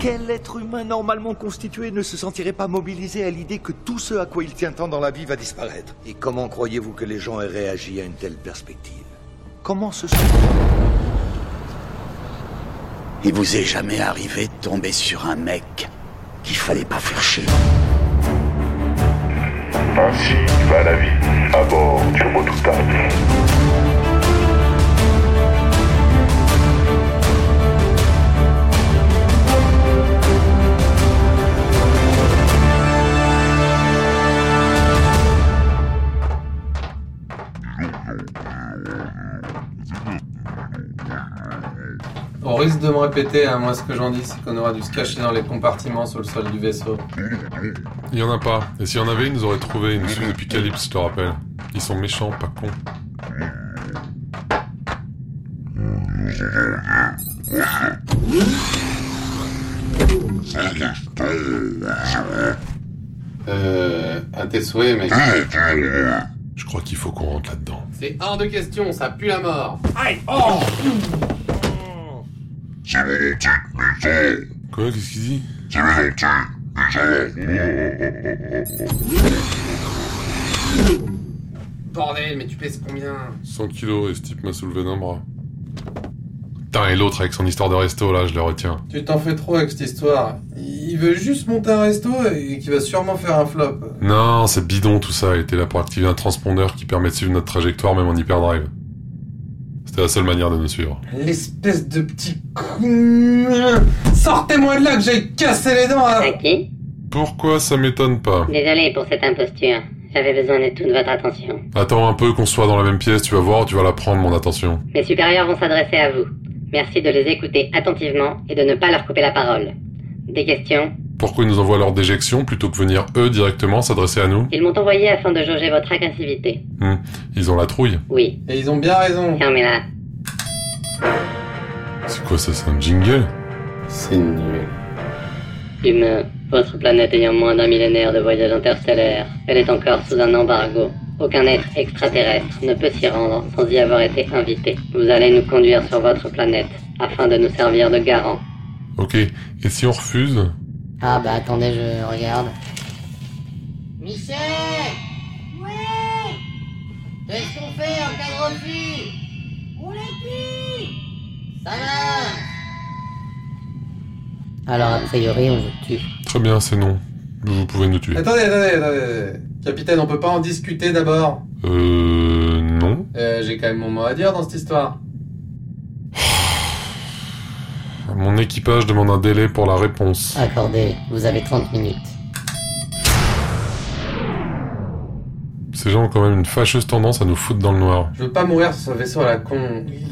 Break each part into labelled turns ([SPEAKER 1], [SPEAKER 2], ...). [SPEAKER 1] Quel être humain normalement constitué ne se sentirait pas mobilisé à l'idée que tout ce à quoi il tient tant dans la vie va disparaître Et comment croyez-vous que les gens aient réagi à une telle perspective Comment se sont...
[SPEAKER 2] Il vous est jamais arrivé de tomber sur un mec qu'il fallait pas faire chier.
[SPEAKER 3] Ainsi va la vie à bord du redoutable.
[SPEAKER 4] On risque de me répéter, à moins ce que j'en dis, c'est qu'on aura dû se cacher dans les compartiments sur le sol du vaisseau.
[SPEAKER 5] Il y en a pas. Et s'il y en avait, ils nous auraient trouvé. Ils nous suivent depuis Calypse, je te rappelle. Ils sont méchants, pas cons.
[SPEAKER 4] Euh. À tes souhaits, mec.
[SPEAKER 5] Je crois qu'il faut qu'on rentre là-dedans.
[SPEAKER 4] C'est hors de question, ça pue la mort.
[SPEAKER 5] Quoi Qu'est-ce qu'il dit
[SPEAKER 4] Bordel, mais tu pèses combien
[SPEAKER 5] 100 kilos et ce type m'a soulevé d'un bras. Putain, et l'autre avec son histoire de resto, là, je le retiens.
[SPEAKER 4] Tu t'en fais trop avec cette histoire. Il veut juste monter un resto et qui va sûrement faire un flop.
[SPEAKER 5] Non, c'est bidon tout ça. Il était là pour activer un transpondeur qui permet de suivre notre trajectoire, même en hyperdrive. C'était la seule manière de nous suivre.
[SPEAKER 4] L'espèce de petit con. Sortez-moi de là que j'ai cassé les dents hein. à...
[SPEAKER 6] À qui
[SPEAKER 5] Pourquoi ça m'étonne pas
[SPEAKER 6] Désolé pour cette imposture. J'avais besoin de toute votre attention.
[SPEAKER 5] Attends un peu qu'on soit dans la même pièce, tu vas voir, tu vas la prendre, mon attention.
[SPEAKER 6] Mes supérieurs vont s'adresser à vous. Merci de les écouter attentivement et de ne pas leur couper la parole. Des questions
[SPEAKER 5] Pourquoi ils nous envoient leur déjection plutôt que venir eux directement s'adresser à nous
[SPEAKER 6] Ils m'ont envoyé afin de jauger votre agressivité.
[SPEAKER 5] Ils ont la trouille.
[SPEAKER 6] Oui.
[SPEAKER 4] Et ils ont bien raison.
[SPEAKER 6] Tiens, mais là,
[SPEAKER 5] C'est quoi ça, c'est un jingle
[SPEAKER 4] C'est nul.
[SPEAKER 6] humain, votre planète ayant moins d'un millénaire de voyage interstellaire, elle est encore sous un embargo. Aucun être extraterrestre ne peut s'y rendre sans y avoir été invité. Vous allez nous conduire sur votre planète afin de nous servir de garant.
[SPEAKER 5] Ok, et si on refuse
[SPEAKER 7] Ah bah attendez, je regarde. Michel
[SPEAKER 8] Ouais,
[SPEAKER 7] Qu'est-ce qu'on fait en cas de refus
[SPEAKER 8] on l'a pu
[SPEAKER 7] Ça marche Alors a priori, on vous tue.
[SPEAKER 5] Très bien, c'est non. Vous pouvez nous tuer.
[SPEAKER 4] Attendez, attendez, attendez. Capitaine, on peut pas en discuter d'abord.
[SPEAKER 5] Euh... Non.
[SPEAKER 4] Euh, j'ai quand même mon mot à dire dans cette histoire.
[SPEAKER 5] Mon équipage demande un délai pour la réponse.
[SPEAKER 7] Accordé, vous avez 30 minutes.
[SPEAKER 5] Ces gens ont quand même une fâcheuse tendance à nous foutre dans le noir.
[SPEAKER 4] Je veux pas mourir sur ce vaisseau à la con.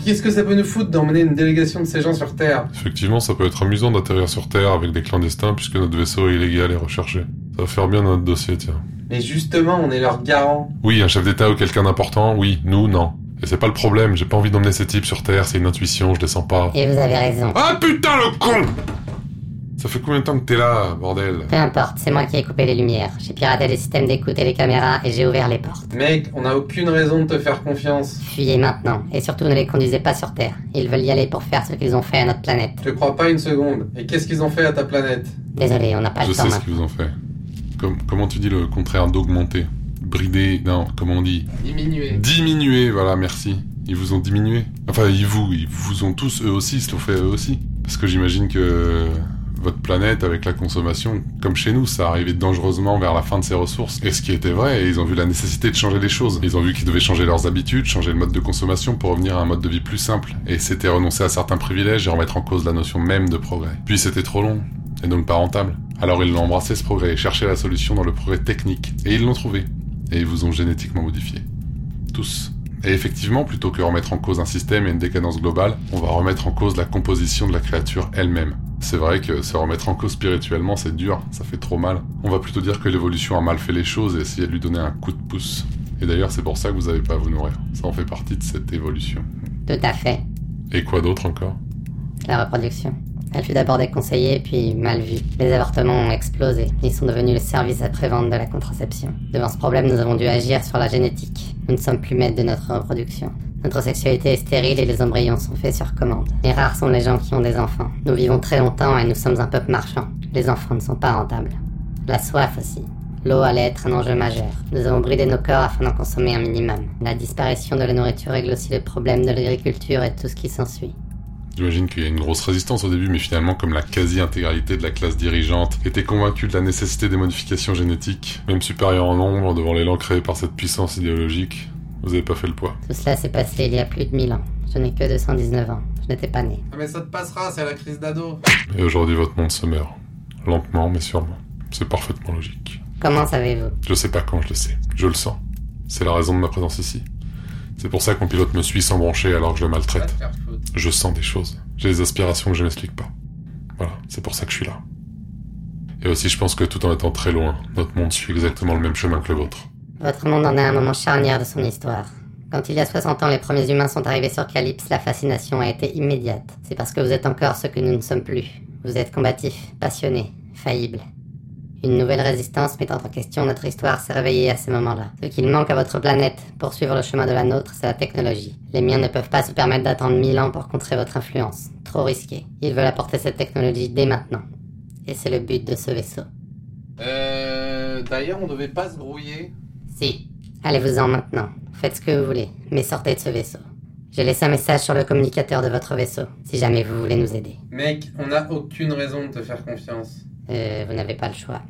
[SPEAKER 4] Qu'est-ce que ça peut nous foutre d'emmener une délégation de ces gens sur Terre
[SPEAKER 5] Effectivement, ça peut être amusant d'atterrir sur Terre avec des clandestins puisque notre vaisseau est illégal et recherché. Ça va faire bien notre dossier, tiens.
[SPEAKER 4] Mais justement, on est leur garant.
[SPEAKER 5] Oui, un chef d'État ou quelqu'un d'important, oui, nous, non. Et c'est pas le problème, j'ai pas envie d'emmener ces types sur Terre, c'est une intuition, je descends pas.
[SPEAKER 7] Et vous avez raison.
[SPEAKER 5] Ah putain le con Ça fait combien de temps que t'es là, bordel
[SPEAKER 7] Peu importe, c'est moi qui ai coupé les lumières. J'ai piraté les systèmes d'écoute et les caméras et j'ai ouvert les portes.
[SPEAKER 4] Mec, on a aucune raison de te faire confiance.
[SPEAKER 7] Fuyez maintenant, et surtout ne les conduisez pas sur Terre. Ils veulent y aller pour faire ce qu'ils ont fait à notre planète.
[SPEAKER 4] Je te crois pas une seconde. Et qu'est-ce qu'ils ont fait à ta planète
[SPEAKER 7] Désolé, on n'a pas
[SPEAKER 5] Je
[SPEAKER 7] le temps
[SPEAKER 5] sais ce
[SPEAKER 7] maintenant.
[SPEAKER 5] qu'ils vous ont fait. Comme- comment tu dis le contraire d'augmenter Brider, non, comment on dit
[SPEAKER 4] Diminuer.
[SPEAKER 5] Diminuer, voilà, merci. Ils vous ont diminué. Enfin, ils vous, ils vous ont tous, eux aussi, ils l'ont fait eux aussi. Parce que j'imagine que votre planète, avec la consommation, comme chez nous, ça arrivait dangereusement vers la fin de ses ressources. Et ce qui était vrai, et ils ont vu la nécessité de changer les choses. Ils ont vu qu'ils devaient changer leurs habitudes, changer le mode de consommation pour revenir à un mode de vie plus simple. Et c'était renoncer à certains privilèges et remettre en cause la notion même de progrès. Puis c'était trop long. Et donc pas rentable. Alors ils l'ont embrassé ce progrès et cherché la solution dans le progrès technique. Et ils l'ont trouvé. Et ils vous ont génétiquement modifié tous. Et effectivement, plutôt que remettre en cause un système et une décadence globale, on va remettre en cause la composition de la créature elle-même. C'est vrai que se remettre en cause spirituellement, c'est dur, ça fait trop mal. On va plutôt dire que l'évolution a mal fait les choses et essayer de lui donner un coup de pouce. Et d'ailleurs, c'est pour ça que vous avez pas à vous nourrir. Ça en fait partie de cette évolution.
[SPEAKER 7] Tout à fait.
[SPEAKER 5] Et quoi d'autre encore
[SPEAKER 7] La reproduction. Elle fut d'abord déconseillée, puis mal vue. Les avortements ont explosé. Ils sont devenus le service après-vente de la contraception. Devant ce problème, nous avons dû agir sur la génétique. Nous ne sommes plus maîtres de notre reproduction. Notre sexualité est stérile et les embryons sont faits sur commande. Et rares sont les gens qui ont des enfants. Nous vivons très longtemps et nous sommes un peuple marchand. Les enfants ne sont pas rentables. La soif aussi. L'eau allait être un enjeu majeur. Nous avons bridé nos corps afin d'en consommer un minimum. La disparition de la nourriture règle aussi le problème de l'agriculture et tout ce qui s'ensuit.
[SPEAKER 5] J'imagine qu'il y a une grosse résistance au début, mais finalement, comme la quasi-intégralité de la classe dirigeante était convaincue de la nécessité des modifications génétiques, même supérieures en nombre devant l'élan créé par cette puissance idéologique, vous avez pas fait le poids.
[SPEAKER 7] Tout cela s'est passé il y a plus de 1000 ans. Je n'ai que 219 ans. Je n'étais pas né.
[SPEAKER 4] Ah, mais ça te passera, c'est la crise d'ado.
[SPEAKER 5] Et aujourd'hui, votre monde se meurt. Lentement, mais sûrement. C'est parfaitement logique.
[SPEAKER 7] Comment savez-vous
[SPEAKER 5] Je sais pas quand je le sais. Je le sens. C'est la raison de ma présence ici. C'est pour ça qu'on pilote me suit sans broncher alors que je le
[SPEAKER 4] Va te
[SPEAKER 5] maltraite.
[SPEAKER 4] faire foutre.
[SPEAKER 5] Je sens des choses. J'ai des aspirations que je m'explique pas. Voilà, c'est pour ça que je suis là. Et aussi, je pense que tout en étant très loin, notre monde suit exactement le même chemin que le vôtre.
[SPEAKER 7] Votre monde en est un moment charnière de son histoire. Quand il y a 60 ans les premiers humains sont arrivés sur Calypse, la fascination a été immédiate. C'est parce que vous êtes encore ce que nous ne sommes plus. Vous êtes combatif, passionné, faillible. Une nouvelle résistance mettant en question notre histoire s'est réveillée à ce moment-là. Ce qu'il manque à votre planète pour suivre le chemin de la nôtre, c'est la technologie. Les miens ne peuvent pas se permettre d'attendre 1000 ans pour contrer votre influence. Trop risqué. Ils veulent apporter cette technologie dès maintenant. Et c'est le but de ce vaisseau.
[SPEAKER 4] Euh. D'ailleurs, on devait pas se grouiller.
[SPEAKER 7] Si. Allez-vous-en maintenant. Faites ce que vous voulez, mais sortez de ce vaisseau. J'ai laissé un message sur le communicateur de votre vaisseau, si jamais vous voulez nous aider.
[SPEAKER 4] Mec, on a aucune raison de te faire confiance.
[SPEAKER 7] Euh, vous n'avez pas le choix.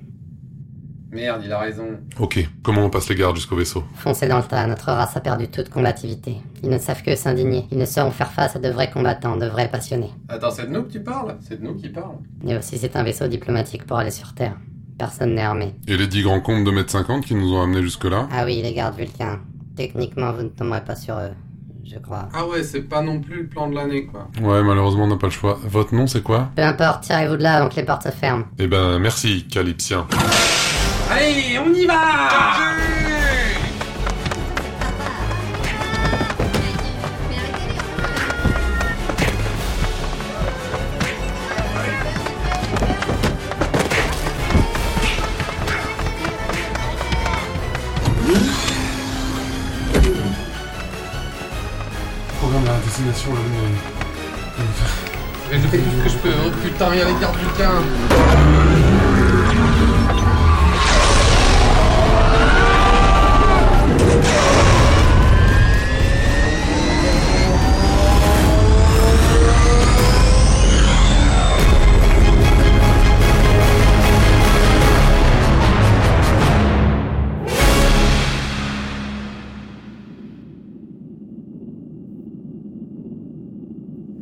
[SPEAKER 4] Merde, il a raison.
[SPEAKER 5] Ok, comment on passe les gardes jusqu'au vaisseau
[SPEAKER 7] Foncez dans le tas, notre race a perdu toute combativité. Ils ne savent que s'indigner, ils ne sauront faire face à de vrais combattants, de vrais passionnés.
[SPEAKER 4] Attends, c'est de nous que tu parles C'est de nous qui parle.
[SPEAKER 7] Et aussi c'est un vaisseau diplomatique pour aller sur Terre. Personne n'est armé.
[SPEAKER 5] Et les 10 grands comptes de 1m50 qui nous ont amenés jusque-là
[SPEAKER 7] Ah oui, les gardes vulcains. Techniquement, vous ne tomberez pas sur eux, je crois.
[SPEAKER 4] Ah ouais, c'est pas non plus le plan de l'année, quoi.
[SPEAKER 5] Ouais, malheureusement, on n'a pas le choix. Votre nom, c'est quoi
[SPEAKER 7] Peu importe, tirez-vous de là avant que les portes se ferment.
[SPEAKER 5] Eh ben, merci, Calypsien.
[SPEAKER 4] Allez, on y va
[SPEAKER 5] Programme à destination,
[SPEAKER 4] Je fais tout ce que je peux. Oh putain, il y a les gardes du quin.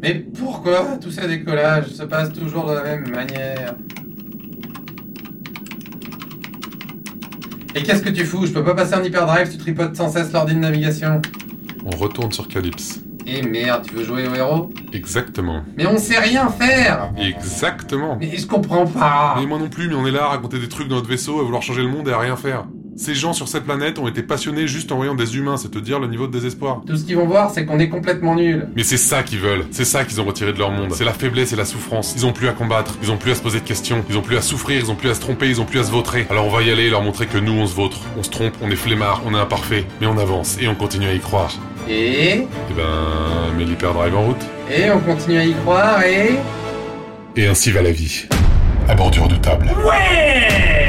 [SPEAKER 4] Mais pourquoi tout ce décollage se passe toujours de la même manière Et qu'est-ce que tu fous Je peux pas passer en hyperdrive, tu tripotes sans cesse l'ordi de navigation.
[SPEAKER 5] On retourne sur Calypse.
[SPEAKER 4] Eh merde, tu veux jouer au héros
[SPEAKER 5] Exactement.
[SPEAKER 4] Mais on sait rien faire
[SPEAKER 5] Exactement.
[SPEAKER 4] Mais je comprends pas
[SPEAKER 5] Mais moi non plus, mais on est là à raconter des trucs dans notre vaisseau, à vouloir changer le monde et à rien faire. Ces gens sur cette planète ont été passionnés juste en voyant des humains, c'est te dire le niveau de désespoir.
[SPEAKER 4] Tout ce qu'ils vont voir, c'est qu'on est complètement nul.
[SPEAKER 5] Mais c'est ça qu'ils veulent, c'est ça qu'ils ont retiré de leur monde. C'est la faiblesse et la souffrance. Ils ont plus à combattre, ils ont plus à se poser de questions, ils ont plus à souffrir, ils ont plus à se tromper, ils ont plus à se vautrer. Alors on va y aller et leur montrer que nous on se vautre, on se trompe, on est flemmard, on est imparfait, mais on avance et on continue à y croire.
[SPEAKER 4] Et...
[SPEAKER 5] Et ben, mais l'hyperdrive en route.
[SPEAKER 4] Et on continue à y croire et...
[SPEAKER 5] Et ainsi va la vie. À bord du redoutable.
[SPEAKER 4] Ouais